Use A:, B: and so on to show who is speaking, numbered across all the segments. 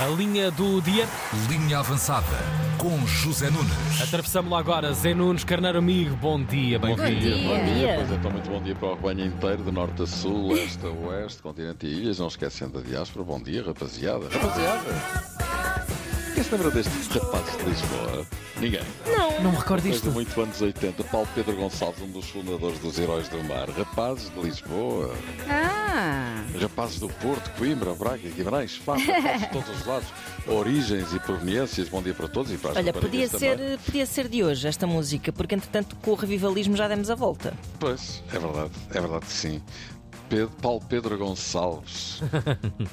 A: A linha do dia.
B: Linha avançada com José Nunes.
A: Atravessamos lá agora. Zé Nunes, Carneiro Amigo, bom dia.
C: Bom
A: bem-vindo.
C: dia, bom
D: dia.
C: dia. Pois então, muito bom dia para o rebanho inteiro, de norte a sul, leste a oeste, continente e ilhas, não esquecendo a diáspora. Bom dia, rapaziada. Rapaziada! Quem se lembra deste rapaz de Lisboa? Ninguém.
A: Não me recordo
C: Desde
A: isto.
C: muito anos 80, Paulo Pedro Gonçalves, um dos fundadores dos Heróis do Mar. Rapazes de Lisboa,
D: Ah,
C: rapazes do Porto, Coimbra, Braga, Guimarães, Fábio, de todos os lados, origens e proveniências. Bom dia para todos e para as
E: Olha, podia
C: raparigas também.
E: ser, podia ser de hoje esta música, porque entretanto com o revivalismo já demos a volta.
C: Pois, é verdade, é verdade que sim. Pedro, Paulo Pedro Gonçalves,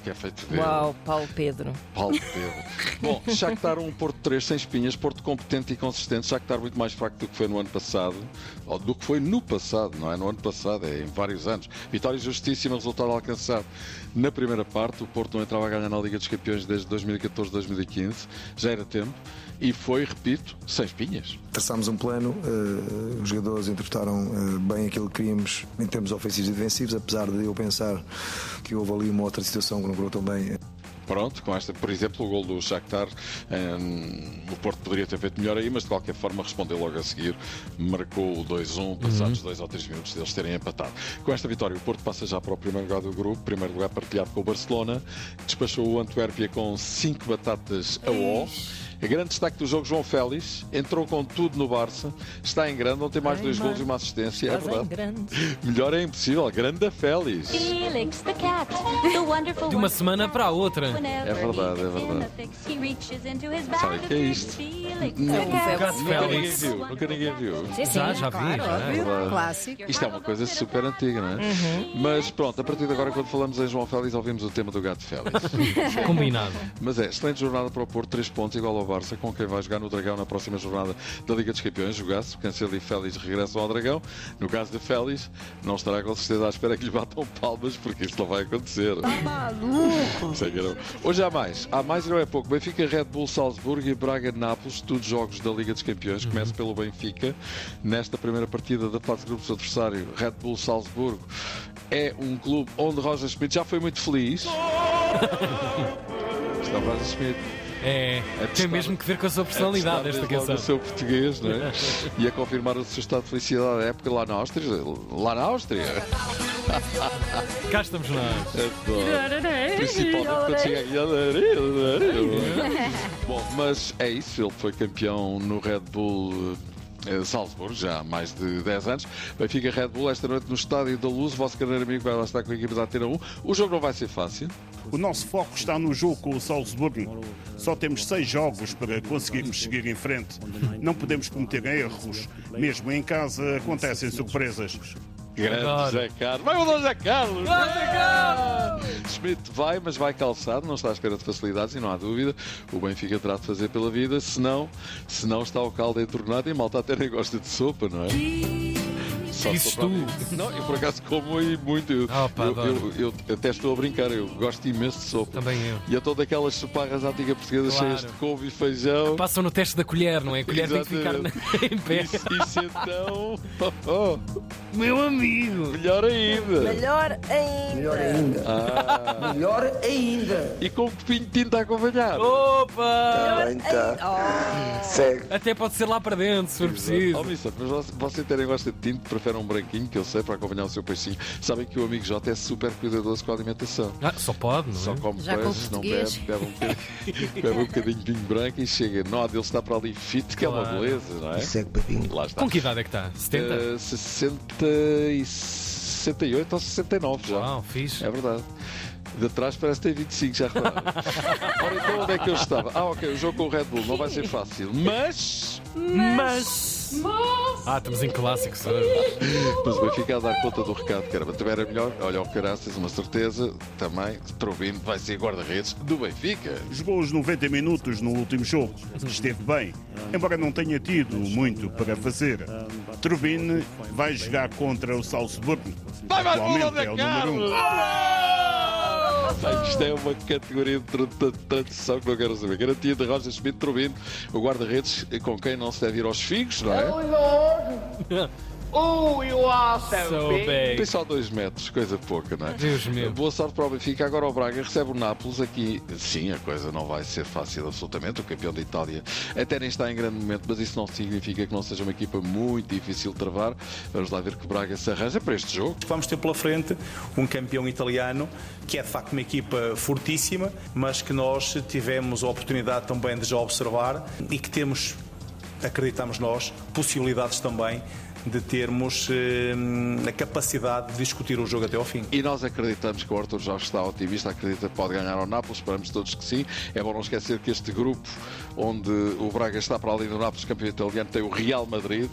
C: que é feito dele.
E: Uau, Paulo Pedro.
C: Paulo Pedro. Bom, Shakhtar um Porto 3 sem espinhas, Porto competente e consistente, Shakhtar muito mais fraco do que foi no ano passado, ou do que foi no passado, não é no ano passado, é em vários anos. Vitória justíssima, resultado alcançado. Na primeira parte, o Porto não entrava a ganhar na Liga dos Campeões desde 2014-2015, já era tempo, e foi, repito, sem espinhas.
F: traçámos um plano, eh, os jogadores interpretaram eh, bem aquilo que queríamos em termos ofensivos e defensivos, apesar de eu pensar que houve ali uma outra situação que não correu tão bem.
C: Pronto, com esta, por exemplo, o gol do Shakhtar, hum, o Porto poderia ter feito melhor aí, mas de qualquer forma respondeu logo a seguir, marcou o
E: Uhum.
C: 2-1, passados dois ou três minutos deles terem empatado. Com esta vitória, o Porto passa já para o primeiro lugar do grupo, primeiro lugar partilhado com o Barcelona, despachou o Antuérpia com cinco batatas a ó. Grande destaque do jogo, João Félix, entrou com tudo no Barça, está em grande, ontem mais
E: Ai,
C: dois
E: mano.
C: golos e uma assistência, é
E: Estás em
C: verdade.
E: grande.
C: Melhor é impossível, grande a Félix.
G: Felix the cat, the wonderful
A: De uma semana para a outra.
G: É
C: verdade, é verdade. Sabe o que é isto?
A: É Gato
C: Nunca ninguém
A: Félix.
C: viu, nunca ninguém viu.
E: Sim, sim.
A: Já, já vi.
D: claro,
A: já.
D: óbvio.
C: Claro.
D: Clássico.
C: Isto é uma coisa super antiga, não é? Mas pronto, a partir de agora, quando falamos em João Félix, ouvimos o tema do gato Félix.
A: Combinado.
C: Mas é, excelente jornada para o Porto, 3 pontos, igual ao Barça, com quem vai jogar no Dragão na próxima jornada da Liga dos Campeões. Jogasse, Cancelo e Félix regressam ao Dragão. No caso de Félix, não estará com certeza à espera que lhe batam palmas, porque isso não vai acontecer. Sei que não. Hoje há mais, há mais e não é pouco. Benfica, Red Bull, Salzburgo e Braga, Nápoles, todos jogos da Liga dos Campeões. Começo pelo Benfica. Nesta primeira partida da fase de grupos adversário, Red Bull, Salzburgo é um clube onde Roger Schmidt já foi muito feliz. Está Roger Schmidt
A: É, tem
C: testar-
A: mesmo que ver com a sua
C: a
A: personalidade
C: testar
A: esta
C: desde logo
A: canção.
C: o seu português, não é? e a confirmar o seu estado de felicidade à época lá na Áustria. Lá na Áustria.
A: Cá estamos nós.
C: Adoro. Principalmente quando chega aqui. Bom, mas é isso. Ele foi campeão no Red Bull. eh, Salzburgo, já há mais de 10 anos. Benfica Red Bull esta noite no Estádio da Luz. O vosso carneiro amigo vai lá estar com a equipa da Atena 1. O jogo não vai ser fácil.
H: O nosso foco está no jogo com o Salzburgo. Só temos seis jogos para conseguirmos seguir em frente. Não podemos cometer erros. Mesmo em casa acontecem surpresas.
C: Grande
A: Adoro.
C: José Carlos. Vai mandar José Carlos! Schmidt vai, mas vai calçado, não está à espera de facilidades e não há dúvida. O Benfica terá de fazer pela vida, senão, senão está o caldo entornado e a malta até nem gosta de sopa, não é? Só
A: Dizes
C: sopa.
A: tu.
C: Não, eu por acaso como e muito. Eu,
A: Ah, pá,
C: eu-
A: adoro.
C: eu- eu até estou a brincar, eu gosto imenso de sopa.
A: Também eu.
C: E eu estou daquelas soparras à antiga portuguesa
A: Claro.
C: cheias de couve e feijão.
A: Passam no teste da colher, não é? A colher tem que ficar na-
C: Exatamente.
A: em pé.
C: Isso, isso então. Oh, oh,
A: Meu amigo.
C: melhor ainda.
E: Melhor ainda.
F: Melhor ainda. Melhor ainda.
C: E com um copinho de tinta a acompanhar.
A: Oh, Opa!
F: Bem, tá. Segue.
A: Até pode ser lá para dentro, se for preciso.
C: Oh, Missa, mas você- você terem gosta de tinto, prefere um branquinho, que eu sei, para acompanhar o seu peixinho. Sabem que o amigo J é super cuidadoso com a alimentação.
A: Ah, só pode, não é?
C: Só come
D: Já com
C: peixe, não
D: português.
C: bebe, bebe um bocadinho, bebe um bocadinho de vinho branco e chega. Não, a dele está para ali fit, que é uma
A: Claro.
C: beleza, não é?
F: Segue, papinho.
C: Lá está.
A: Com que idade é que está? 70?
C: Eh, 60 e 68 ou 69 já.
A: Uau, fixe.
C: É verdade. De trás parece ter 25, já repararam. Ora, então onde é que eu estava? Ah, ok, o jogo com o Red Bull não vai ser fácil, mas.
A: Mas. Ah, estamos em clássicos hoje.
C: Mas o Benfica a dar conta do recado, caramba. Também era melhor. Olha, o Caraças, uma certeza. Também, Trubino vai ser guarda-redes do Benfica.
H: Jogou os 90 minutos no último jogo. Esteve bem, embora não tenha tido muito para fazer. Trubin vai jogar contra o Salzburgo. Atualmente é o número um.
C: Bem, Isto é uma categoria de tra- tra- tradição que não quero saber. Garantia de Roger Schmidt Trubino, o guarda-redes com quem não se deve ir aos figos, não é?
D: Oh, you are so,
A: So
D: big.
A: big.
C: Tem só 2 metros, coisa pouca, não é?
A: É Deus meu.
C: Boa sorte para o Benfica. Agora o Braga recebe o Nápoles aqui. Sim, a coisa não vai ser fácil, absolutamente. O campeão da Itália até nem está em grande momento, mas isso não significa que não seja uma equipa muito difícil de travar. Vamos lá ver que o Braga se arranja para este jogo.
I: Vamos ter pela frente um campeão italiano, que é de facto uma equipa fortíssima, mas que nós tivemos a oportunidade também de já observar e que temos, acreditamos nós, possibilidades também de termos eh, a capacidade de discutir o jogo até ao fim.
C: E nós acreditamos que o Arthur Jorge está otimista, acredita que pode ganhar ao Nápoles, esperamos todos que sim. É bom não esquecer que este grupo onde o Braga está para além do Nápoles, campeão italiano, tem o Real Madrid,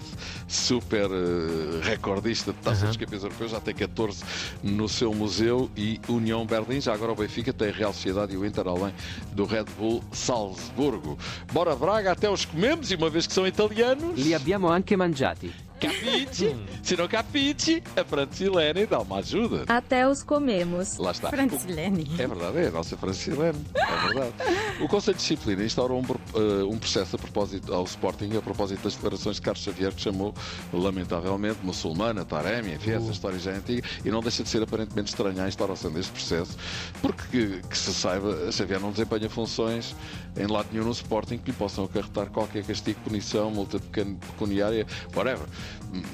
C: super eh, recordista de taças
J: Uhum.
C: dos campeões europeus, já tem 14 no seu museu, e União Berlim, já agora o Benfica tem a Real Sociedade e o Inter, além do Red Bull Salzburgo. Bora Braga, até os comemos, e uma vez que são italianos...
J: Li abbiamo anche mangiati. Mm.
C: Capici, se não capici, a Francilene dá uma ajuda.
K: Até os comemos.
C: Lá está.
K: Francilene.
C: É verdade, é a nossa Francilene. É verdade. O Conselho de Disciplina instaurou um, pro- eh, um processo a propósito ao Sporting a propósito das declarações de Carlos Xavier, que chamou, lamentavelmente, muçulmana, Taremi, enfim, essa história já é antiga, e não deixa de ser aparentemente estranha a instauração deste processo, porque, que, que se saiba, Xavier não desempenha funções em lado nenhum no Sporting que lhe possam acarretar qualquer castigo, punição, multa pecan- pecuniária, whatever.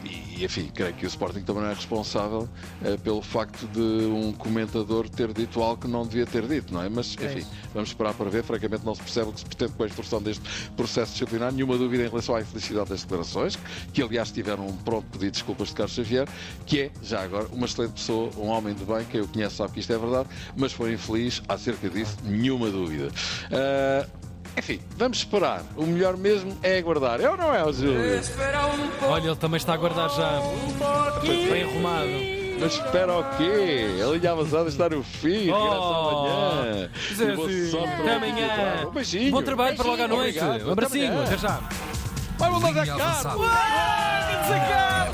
C: E, enfim, creio que o Sporting também não é responsável eh, pelo facto de um comentador ter dito algo que não devia ter dito, não é? Mas, enfim, vamos esperar para ver. Francamente, não se percebe o que se pretende com a instrução deste processo disciplinar. Nenhuma dúvida em relação à infelicidade das declarações, que, aliás, tiveram um pronto pedido de desculpas de Carlos Xavier, que é, já agora, uma excelente pessoa, um homem de bem, quem o conhece sabe que isto é verdade, mas foi infeliz acerca disso, nenhuma dúvida. Ah, enfim, vamos esperar. O melhor mesmo é aguardar. É ou não é, ó, Júlio?
A: Olha, ele também está a guardar já. Bem arrumado.
C: Mas espera o quê? A linha avançada está no fim.
A: Oh,
C: Regressa amanhã. E boa
A: Zé,
C: sorte para
A: Até
C: o Benfica.
A: amanhã.
C: Um beijinho.
A: Bom trabalho para logo à noite.
C: Obrigado.
A: Um abracinho.
C: Até amanhã.
A: Até já.
C: Vai mandar a
B: Linha
C: capa.
B: avançada.
A: Vamos a cabo.